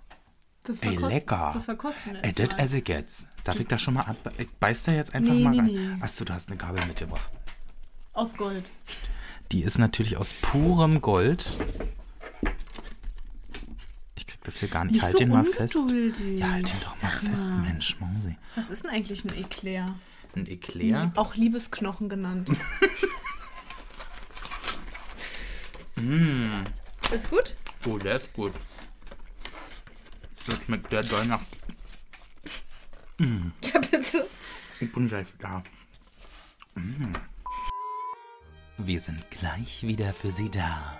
B: Das
A: Ey,
B: kost-
A: lecker.
B: Das verkosten wir
A: Ey,
B: jetzt
A: das also
B: mal.
A: esse ich jetzt. Darf ich das schon mal ab? Ich beiß da jetzt einfach
B: Nee,
A: mal
B: nee,
A: rein.
B: nee.
A: Achso, du hast eine Gabel mitgebracht.
B: Aus Gold.
A: Die ist natürlich aus purem Gold. Ich krieg das hier gar nicht.
B: Nicht
A: halt
B: so
A: den mal fest.
B: ungeduldig,
A: Ja, halt den doch mal
B: sag
A: fest,
B: mal.
A: Mensch, Monsi.
B: Was ist denn eigentlich ein Eclair?
A: Ein Eclair.
B: Auch Liebesknochen genannt.
A: Mm.
B: Ist gut?
A: Oh, der ist gut. Das schmeckt der doll nach.
B: Ja, bitte.
A: Ich bin gleich da. Mm. Wir sind gleich wieder für Sie da.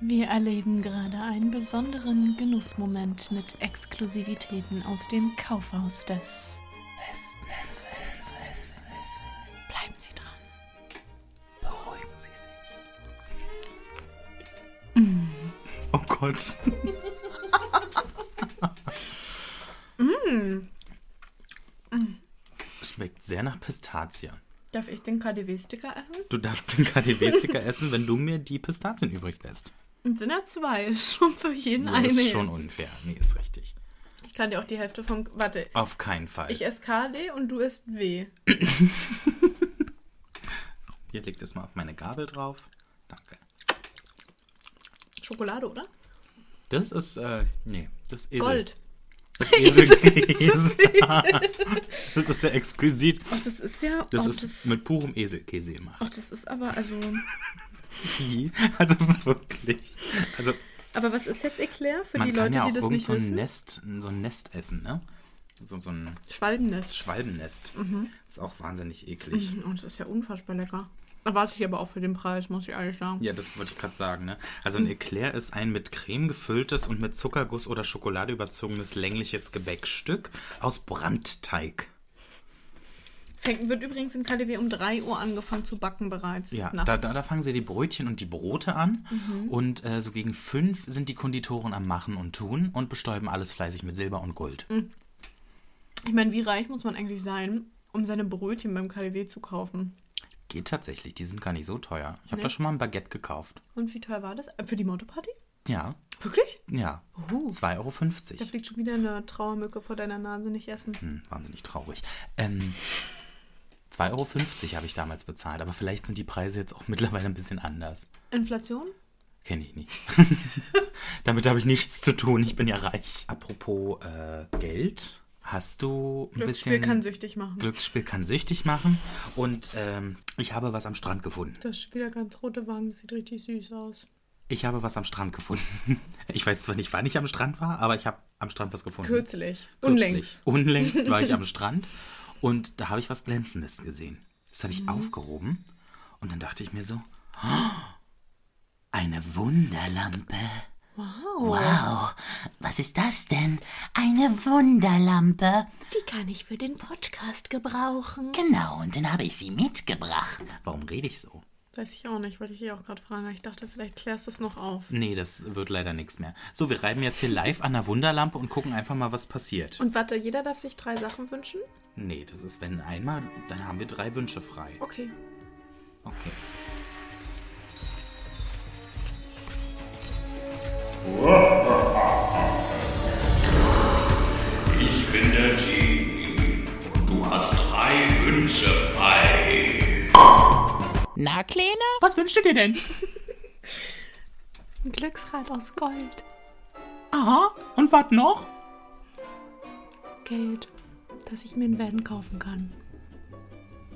B: Wir erleben gerade einen besonderen Genussmoment mit Exklusivitäten aus dem Kaufhaus des. Bleiben Sie dran.
A: Beruhigen Sie sich. Oh Gott. Mm. Schmeckt sehr nach Pistazie.
B: Darf ich den KDW-Sticker essen?
A: Du darfst den KDW-Sticker essen, wenn du mir die Pistazien übrig lässt.
B: Und sind ja zwei. Ist schon für jeden
A: Das
B: eine.
A: ist schon
B: jetzt.
A: unfair. Nee, ist richtig.
B: Ich kann dir auch die Hälfte vom. Warte.
A: Auf keinen Fall.
B: Ich esse KD und du isst W.
A: Hier legt es mal auf meine Gabel drauf. Danke.
B: Schokolade, oder?
A: Das ist, äh, nee, das Esel.
B: Gold.
A: Das Eselkäse. das ist ja exquisit.
B: Ach, das ist ja.
A: Das
B: oh,
A: ist mit purem Eselkäse gemacht.
B: Ach, das ist aber, also.
A: Wie? Also wirklich. Also
B: Aber was ist jetzt Eclair für
A: man
B: die
A: kann
B: Leute,
A: ja auch
B: die das
A: irgend
B: nicht
A: so ein
B: wissen?
A: Nest, so ein Nest essen, ne? So, so ein
B: Schwalbennest.
A: Schwalbennest. Ist auch wahnsinnig eklig.
B: Mhm, Und es ist ja unfassbar lecker. Erwarte ich aber auch für den Preis, muss ich ehrlich sagen.
A: Ja, das wollte ich gerade sagen, ne? Also
B: Mhm.
A: ein Eclair ist ein mit Creme gefülltes und mit Zuckerguss oder Schokolade überzogenes längliches Gebäckstück aus Brandteig.
B: Fängt, wird übrigens in KDW um 3 Uhr angefangen zu backen bereits.
A: Ja,
B: nachts. Mhm.
A: da, da, da fangen sie die Brötchen und die Brote an. Und äh, so gegen fünf sind die Konditoren am Machen und Tun und bestäuben alles fleißig mit Silber und Gold.
B: Ich meine, wie reich muss man eigentlich sein, um seine Brötchen beim KDW zu kaufen?
A: Geht tatsächlich, die sind gar nicht so teuer. Ich habe
B: Nee.
A: da schon mal ein Baguette gekauft.
B: Und wie teuer war das? Äh, Für die Motto-Party?
A: Ja,
B: Wirklich?
A: ja.
B: Uh,
A: 2,50 Euro.
B: da fliegt schon wieder eine Trauermücke vor deiner Nase nicht essen.
A: Hm, wahnsinnig traurig. Ähm, 2,50 Euro habe ich damals bezahlt, aber vielleicht sind die Preise jetzt auch mittlerweile ein bisschen anders.
B: Inflation?
A: Kenne ich nicht. Damit habe ich nichts zu tun. Ich bin ja reich. Apropos äh, Geld, hast du ein
B: Glücksspiel
A: bisschen.
B: kann süchtig machen.
A: Glücksspiel kann süchtig machen. Und ähm, ich habe was am Strand gefunden.
B: das ist wieder ganz rote Wangen, das sieht richtig süß aus.
A: Ich habe was am Strand gefunden. Ich weiß zwar nicht, wann ich am Strand war, aber ich habe am Strand was gefunden.
B: Kürzlich.
A: Kürzlich.
B: Unlängst.
A: Unlängst war ich am Strand und da habe ich was Glänzendes gesehen. Das habe ich aufgehoben und dann dachte ich mir so, "Oh, eine Wunderlampe.
B: Wow.
D: Wow, was ist das denn? Eine Wunderlampe.
B: Die kann ich für den Podcast gebrauchen.
D: Genau, und dann habe ich sie mitgebracht.
A: Warum rede ich so?
B: Weiß ich auch nicht, wollte ich eh auch gerade fragen. aber Ich dachte, vielleicht klärst du es noch auf.
A: Nee, das wird leider nichts mehr. So, wir reiben jetzt hier live an der Wunderlampe und gucken einfach mal, was passiert.
B: Und warte, jeder darf sich drei Sachen wünschen?
A: Nee, das ist, wenn einmal, dann haben wir drei Wünsche frei.
B: Okay.
A: Okay.
E: Ich bin der Genie und du hast drei Wünsche frei.
D: Na, Kleine?
B: Was wünschst du dir denn? Ein Glücksrad aus Gold.
A: Aha, und was noch?
B: Geld, dass ich mir einen Van kaufen kann.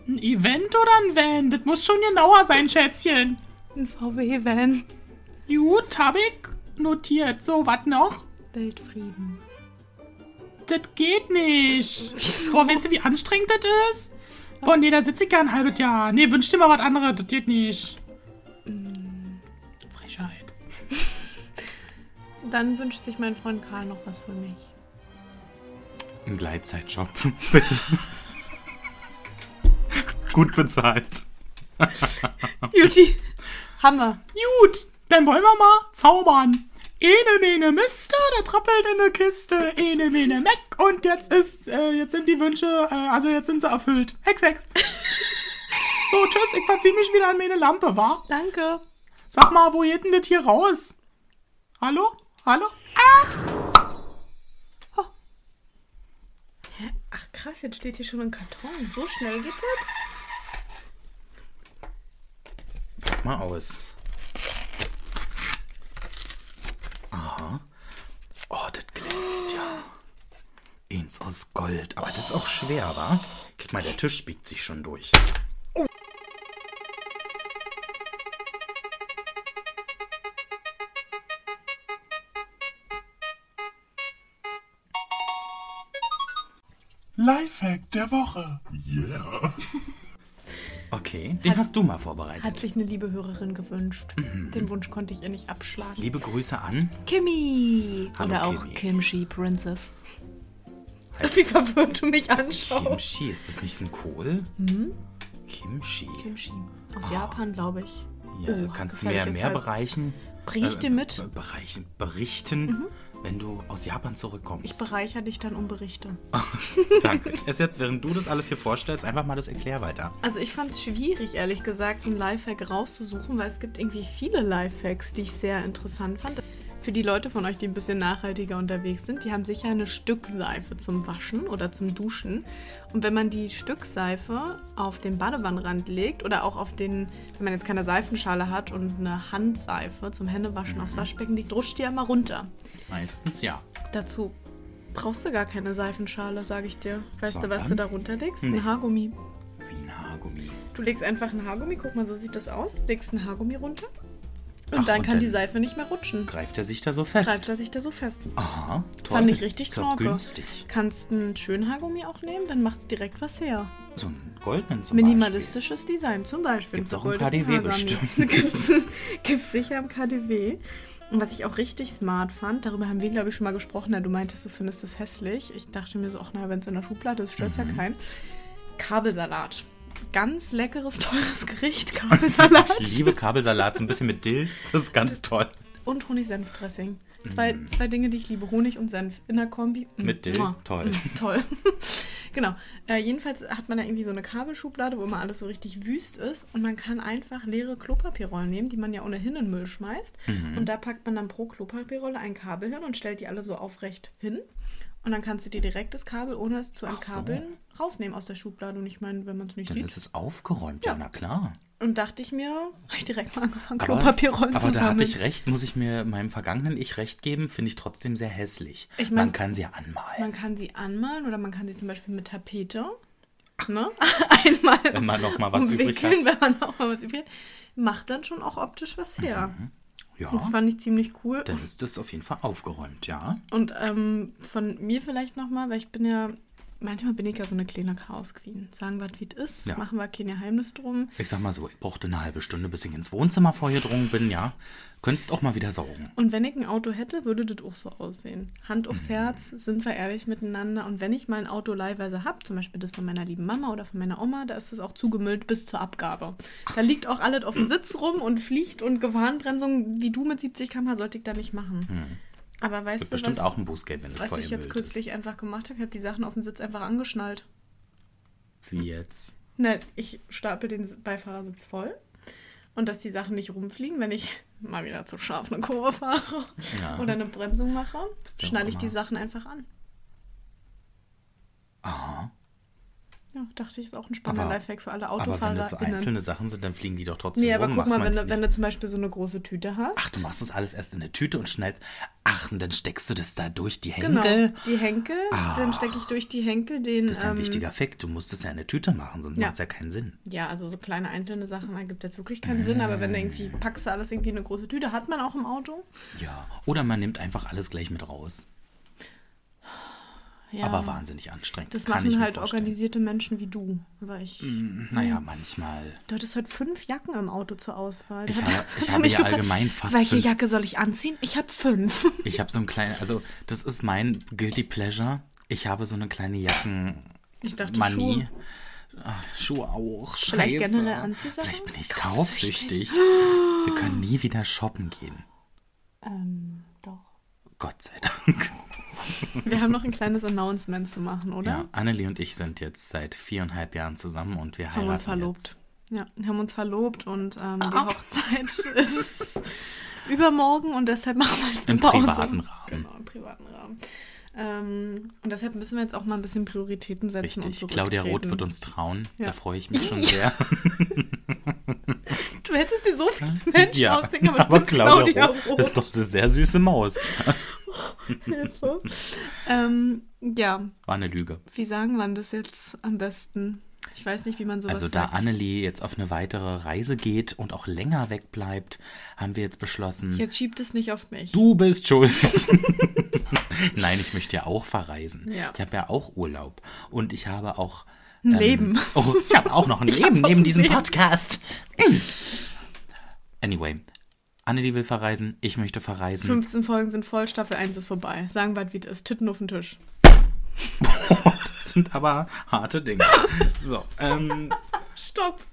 F: Ein Event oder ein Van? Das muss schon genauer sein, Schätzchen.
B: Ein VW-Van.
F: Gut, hab ich notiert. So, was noch?
B: Weltfrieden.
F: Das geht nicht. Boah, weißt du, wie anstrengend das ist? Boah, nee, da sitze ich ja ein halbes Jahr. Nee, wünsch dir mal was anderes. Das geht nicht. Frechheit.
B: Dann wünscht sich mein Freund Karl noch was für mich.
A: Ein Gleitzeitjob. Bitte. Gut bezahlt.
B: Juti. Hammer.
F: Gut, dann wollen wir mal zaubern. Ene mene Mister, der trappelt in der Kiste. Ene mene Meck und jetzt ist, äh, jetzt sind die Wünsche, äh, also jetzt sind sie erfüllt. Hex, hex. so, tschüss, ich verzieh mich wieder an meine Lampe, wa?
B: Danke.
F: Sag mal, wo geht denn das hier raus? Hallo? Hallo?
B: Ach krass, jetzt steht hier schon ein Karton. So schnell geht das?
A: Pack mal aus. Aha. Oh, das glänzt ja. Eins aus Gold. Aber das ist auch schwer, wa? Guck mal, der Tisch biegt sich schon durch.
G: Lifehack der Woche.
A: Okay, den hast du mal vorbereitet.
B: Hat sich eine liebe Hörerin gewünscht.
A: Mhm.
B: Den Wunsch konnte ich ihr nicht abschlagen.
A: Liebe Grüße an.
B: Kimmy.
A: Hallo,
B: Oder auch
A: Kimmy.
B: Kimchi Princess. Wie verwirrt du mich anschaust.
A: Kimchi, ist das nicht ein Kohl? Kimchi.
B: Kimchi. Aus Japan, glaube ich.
A: Oh. Ja,
B: Oh,
A: kannst du
B: gefährlich
A: mir
B: ist
A: mehr
B: halt-
A: Bereichen.
B: Bring ich dir mit? Mhm.
A: be- Äh, Bereichen, berichten, wenn du aus Japan zurückkommst.
B: Ich bereichere dich dann um Berichte.
A: Danke. Erst jetzt, während du das alles hier vorstellst, einfach mal das Erklär weiter.
B: Also ich fand es schwierig, ehrlich gesagt, einen Lifehack rauszusuchen, weil es gibt irgendwie viele Lifehacks, die ich sehr interessant fand. Für die Leute von euch, die ein bisschen nachhaltiger unterwegs sind, die haben sicher eine Stückseife zum Waschen oder zum Duschen. Und wenn man die Stückseife auf den Badewannenrand legt oder auch auf den, wenn man jetzt keine Seifenschale hat und eine Handseife zum Händewaschen aufs Waschbecken legt, rutscht die ja mal runter.
A: Meistens ja.
B: Dazu brauchst du gar keine Seifenschale, sage ich dir. Weißt du, was
A: Sondern?
B: du da runterlegst? Ein Haargummi.
A: Wie ein Haargummi.
B: Du legst einfach ein Haargummi, guck mal, so sieht das aus. Legst ein Haargummi runter und
A: Ach,
B: dann
A: und
B: kann die
A: dann-
B: Seife nicht mehr rutschen.
A: Greift er sich da so fest?
B: Treibt er sich da so fest.
A: Aha, toll.
B: Fand ich richtig
A: Ist auch
B: knorke.
A: günstig.
B: Kannst einen schönen Haargummi auch nehmen, dann macht's direkt was her.
A: So ein goldenen zum Beispiel.
B: Minimalistisches Design zum Beispiel.
A: Gibt's
B: für
A: auch im
B: goldenen
A: KaDeWe
B: Haargummi.
A: bestimmt.
B: gibt's, gibt's sicher im KDW. Und was ich auch richtig smart fand, darüber haben wir, glaube ich, schon mal gesprochen, da du meintest, du findest das hässlich. Ich dachte mir so, ach na, wenn es in der Schublade ist, stört ja
A: Mhm.
B: keinen. Kabelsalat. Ganz leckeres, teures Gericht, Kabelsalat.
A: Ich liebe Kabelsalat, so ein bisschen mit Dill. Das ist ganz toll.
B: und Honig-Senf-Dressing. Zwei, zwei Dinge, die ich liebe. Honig und Senf in der Kombi. Mm,
A: Mhm. Mit Dill.
B: mua.
A: Toll.
B: Mm, toll. genau. Äh, jedenfalls hat man da irgendwie so eine Kabelschublade, wo immer alles so richtig wüst ist. Und man kann einfach leere Klopapierrollen nehmen, die man ja ohnehin in den Müll schmeißt.
A: Mhm.
B: Und da packt man dann pro Klopapierrolle ein Kabel hin und stellt die alle so aufrecht hin. Und dann kannst du dir direkt das Kabel, ohne es zu entkabeln, rausnehmen aus der Schublade. Und ich meine, wenn man es nicht
A: Dann
B: sieht.
A: ist es aufgeräumt, ja,
B: Ja.
A: na klar.
B: Und dachte ich mir, habe ich direkt mal angefangen,
A: Aber-
B: Klopapierrollen
A: Aber
B: zu
A: da
B: sammeln.
A: hatte ich recht, muss ich mir meinem vergangenen Ich recht geben, finde ich trotzdem sehr hässlich.
B: Ich mein-
A: man kann sie anmalen,
B: Man kann sie anmalen oder man kann sie zum Beispiel mit Tapete ne? einmal
A: wenn man noch mal was übrig
B: umwickeln,
A: hat.
B: wenn man auch mal was übrig hat. Macht dann schon auch optisch was her.
A: Mhm. Ja,
B: Das fand ich ziemlich cool.
A: dann ist das auf jeden Fall aufgeräumt, ja.
B: Und ähm, von mir vielleicht nochmal, weil ich bin ja, manchmal bin ich ja so eine kleine Chaos-Queen. Sagen wir, wie es ist,
A: Ja.
B: machen wir kein Geheimnis drum.
A: Ich sag mal so, ich brauchte eine halbe Stunde, bis ich ins Wohnzimmer vorgedrungen bin, ja. Könntest auch mal wieder saugen.
B: Und wenn ich ein Auto hätte, würde das auch so aussehen. Hand
A: Mhm.
B: aufs Herz, sind wir ehrlich miteinander. Und wenn ich mal ein Auto leihweise habe, zum Beispiel das von meiner lieben Mama oder von meiner Oma, da ist es auch zugemüllt bis zur Abgabe. Da liegt auch alles auf dem Sitz rum und fliegt und Gewarnbremsung, wie du mit 70 km/h, sollte ich da nicht machen. Aber weißt
A: Mhm. Wird
B: du,
A: bestimmt
B: was,
A: auch ein Bußgeld, wenn das
B: was
A: voll
B: ich
A: im
B: jetzt
A: Bild
B: kürzlich einfach gemacht habe? Ich habe die Sachen auf dem Sitz einfach angeschnallt.
A: ist. Wie jetzt?
B: Ne, ich stapel den Beifahrersitz voll. Und dass die Sachen nicht rumfliegen, wenn ich mal wieder zu scharf eine Kurve fahre
A: Ja.
B: oder eine Bremsung mache,
A: Bist du
B: schnalle ich die
A: Hammer.
B: Sachen einfach an. Aha. Ja, dachte ich, ist auch ein spannender
A: Aber-
B: Lifehack für alle
A: Aber wenn das so
B: AutofahrerInnen.
A: einzelne Sachen sind, dann fliegen die doch trotzdem
B: Nee,
A: rum.
B: aber guck
A: macht
B: mal,
A: man
B: wenn
A: die
B: du, wenn
A: nicht.
B: du zum Beispiel so eine große Tüte hast.
A: Ach, du machst das alles erst in eine Tüte und schnellst. Ach, und dann steckst du das da durch die
B: genau,
A: Henkel.
B: die Henkel. Dann stecke ich durch die Henkel den.
A: Ah. Das ist ja ein
B: ähm,
A: wichtiger Fakt. Du musst das ja in eine Tüte machen, sonst
B: Ja.
A: macht es ja keinen Sinn.
B: Ja, also so kleine einzelne Sachen ergibt jetzt wirklich keinen Sinn, aber wenn du irgendwie
A: Äh.
B: packst du alles irgendwie in eine große Tüte, hat man auch im Auto.
A: Ja. Oder man nimmt einfach alles gleich mit raus.
B: Ja.
A: Aber wahnsinnig anstrengend.
B: Das
A: Kann ich
B: machen
A: mir
B: halt
A: vorstellen. Mhm.
B: organisierte Menschen wie du. Weil ich,
A: Naja, manchmal.
B: Du hattest heute fünf Jacken im Auto zur Auswahl. Da
A: Ich
B: hat-
A: habe-
B: hat
A: ich
B: er
A: habe
B: mich
A: ja
B: gefragt,
A: allgemein fast
B: Welche
A: fünf.
B: Jacke soll ich anziehen? Ich habe fünf.
A: Ich habe so ein kleines, also das ist mein Guilty Pleasure. Ich habe so eine kleine Jacken.
B: Ich dachte,
A: Manie.
B: Schuhe.
A: Ach, Schuhe auch. Scheiße.
B: Vielleicht generell Anziehsachen?
A: Vielleicht bin ich kaufsüchtig. Wir können nie wieder shoppen gehen.
B: Ähm, doch.
A: Gott sei Dank.
B: Wir haben noch ein kleines Announcement zu machen, oder?
A: Ja, Annelie und ich sind jetzt seit viereinhalb Jahren zusammen und wir heiraten
B: haben uns verlobt. Ja, haben uns verlobt und ähm, die Hochzeit ist übermorgen und deshalb machen wir jetzt
A: Im
B: eine Pause.
A: privaten Rahmen.
B: Genau, im privaten Rahmen. Ähm, und deshalb müssen wir jetzt auch mal ein bisschen Prioritäten
A: Jetzt.
B: setzen
A: Richtig.
B: und
A: Claudia Roth
B: zurücktreten.
A: wird uns trauen.
B: Ja.
A: Da freue ich mich schon sehr.
B: Du hättest dir so viele Menschen
A: ja.
B: ausdenken, aber,
A: Aber
B: du bist Claudia,
A: Claudia
B: Roth.
A: Roth ist doch eine sehr süße Maus.
B: Hilfe. ähm, ja,
A: War eine Lüge.
B: wie sagen wir das jetzt am besten? Ich weiß nicht, wie man sowas
A: Also da
B: sagt.
A: Annelie jetzt auf eine weitere Reise geht und auch länger wegbleibt, haben wir jetzt beschlossen,
B: Jetzt schiebt es nicht auf mich.
A: du bist schuld. Nein, ich möchte ja auch verreisen.
B: Ja.
A: Ich habe ja auch Urlaub und ich habe auch
B: Ein Leben.
A: Oh, ich habe auch noch ein Leben neben diesem Podcast. anyway, Annelie will verreisen, ich möchte verreisen.
B: 15 Folgen sind voll, Staffel 1 ist vorbei. Sagen wir, wie es ist. Titten auf den Tisch.
A: Das sind aber harte Dinge. So, ähm,
B: Stopp.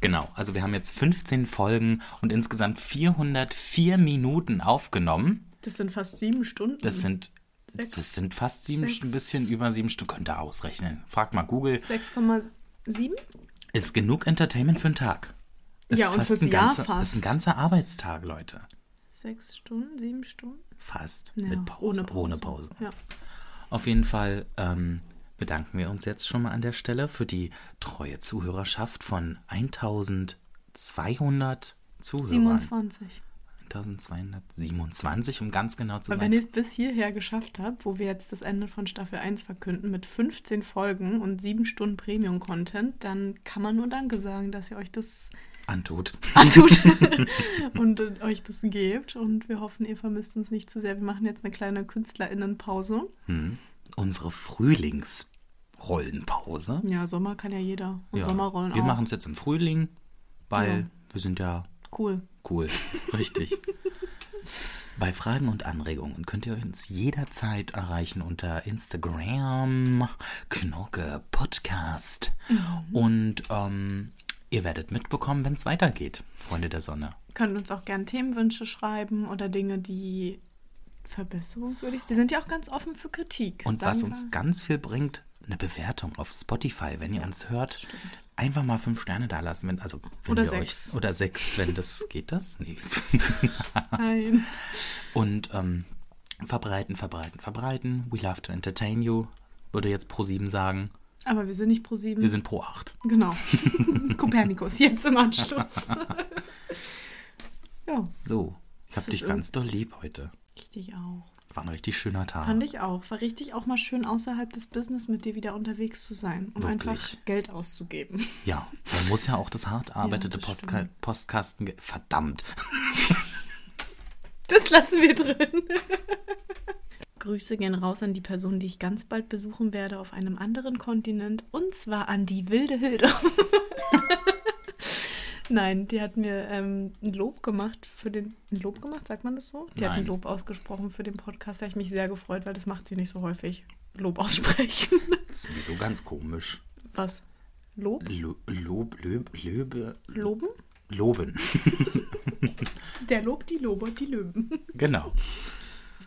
A: Genau, also wir haben jetzt 15 Folgen und insgesamt 404 Minuten aufgenommen.
B: Das sind fast sieben Stunden.
A: Das sind,
B: Mhm. Sechs.
A: das sind fast sieben,
B: Sechs.
A: Stunden, ein bisschen über sieben Stunden. Könnt ihr ausrechnen. Fragt mal Google.
B: 6,7?
A: Ist genug Entertainment für einen Tag? Ist
B: Ja, und fürs
A: ein
B: Jahr
A: ganzer,
B: fast.
A: Ist ein ganzer Arbeitstag, Leute.
B: Sechs Stunden, sieben Stunden?
A: Fast.
B: Ja,
A: Mit Pause.
B: Ohne Pause.
A: Ohne Pause.
B: Ja.
A: Auf jeden Fall ähm, bedanken wir uns jetzt schon mal an der Stelle für die treue Zuhörerschaft von 1200 Zuhörern.
B: 27.
A: 1227, um ganz genau zu
B: Aber
A: sein.
B: wenn ihr es bis hierher geschafft habt, wo wir jetzt das Ende von Staffel 1 verkünden mit 15 Folgen und sieben Stunden Premium-Content, dann kann man nur Danke sagen, dass ihr euch das
A: Antut.
B: antut und äh, euch das gebt. Und wir hoffen, ihr vermisst uns nicht zu sehr. Wir machen jetzt eine kleine KünstlerInnenpause.
A: Unsere Frühlingsrollenpause.
B: Ja, Sommer kann ja jeder. Und
A: Ja,
B: Sommerrollen
A: Wir
B: auch.
A: machen es jetzt im Frühling, weil
B: Ja.
A: wir sind ja
B: cool.
A: cool. Richtig. Bei Fragen und Anregungen könnt ihr uns jederzeit erreichen unter Instagram, Knorke Podcast.
B: Mhm.
A: Und ähm, ihr werdet mitbekommen, wenn es weitergeht, Freunde der Sonne.
B: Könnt uns auch gerne Themenwünsche schreiben oder Dinge, die verbesserungswürdig sind. Wir sind ja auch ganz offen für Kritik.
A: Und
B: sagen
A: was
B: wir.
A: uns ganz viel bringt, eine Bewertung auf Spotify, wenn ihr uns hört. Einfach mal fünf Sterne da lassen, wenn, also wenn
B: Oder
A: wir
B: sechs.
A: euch. Oder sechs, wenn das geht das? Nee.
B: Nein.
A: Und ähm, verbreiten, verbreiten, verbreiten. We love to entertain you. Würde jetzt pro sieben sagen.
B: Aber wir sind nicht pro sieben.
A: Wir sind pro acht.
B: genau. Kopernikus, jetzt im Anschluss. ja,
A: So. Ich hab
B: Das ist
A: dich ganz doll lieb heute.
B: richtig auch.
A: War ein richtig schöner Tag.
B: Fand ich auch. War richtig auch mal schön außerhalb des Business mit dir wieder unterwegs zu sein und
A: Wirklich.
B: einfach Geld auszugeben.
A: Ja, man muss ja auch das hart erarbeitete
B: das
A: Postka Postkasten. Verdammt.
B: Das lassen wir drin. Grüße gehen raus an die Person, die ich ganz bald besuchen werde auf einem anderen Kontinent. Und zwar an die wilde Hilde. Nein, die hat mir ähm, ein Lob gemacht für den. Ein Lob gemacht, sagt man das so? Die hat ein
A: Nein.
B: Lob ausgesprochen für den Podcast. Da habe ich mich sehr gefreut, weil das macht sie nicht so häufig. Lob aussprechen.
A: Das ist sowieso ganz komisch.
B: Was? Lob?
A: Lo Lob, Löb, Löbe.
B: Loben?
A: Loben.
B: Der Lob, die Lobe, die Löben.
A: Genau.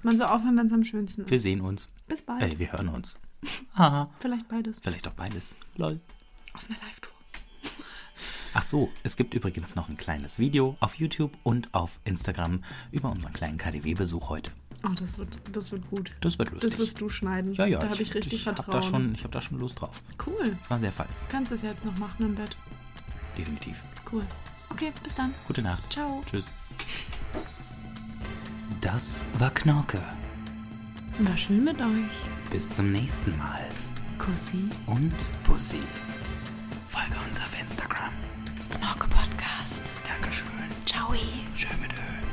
B: Man soll aufhören, wenn es am schönsten ist.
A: Wir sehen uns.
B: Bis bald.
A: Äh, wir hören uns. Haha.
B: Vielleicht beides.
A: Vielleicht auch beides. Lol.
B: Auf einer Live-Tour.
A: Ach so, es gibt übrigens noch ein kleines Video auf YouTube und auf Instagram über unseren kleinen KDW-Besuch heute.
B: Oh, das wird, das wird gut.
A: Das wird lustig.
B: Das wirst du schneiden.
A: Ja, ja.
B: Da habe ich richtig
A: ich
B: Vertrauen.
A: Hab da schon, ich habe da schon Lust drauf.
B: Cool.
A: Es war sehr fun.
B: Kannst es jetzt noch machen im Bett.
A: Definitiv.
B: Cool. Okay, bis dann.
A: Gute Nacht.
B: Ciao.
A: Tschüss. Das war Knorke.
B: War schön mit euch.
A: Bis zum nächsten Mal.
B: Kussi.
A: Und Pussy. Folge uns auf Instagram.
B: Knorke Podcast.
A: Dankeschön.
B: Ciao.
A: Schön mit Öl.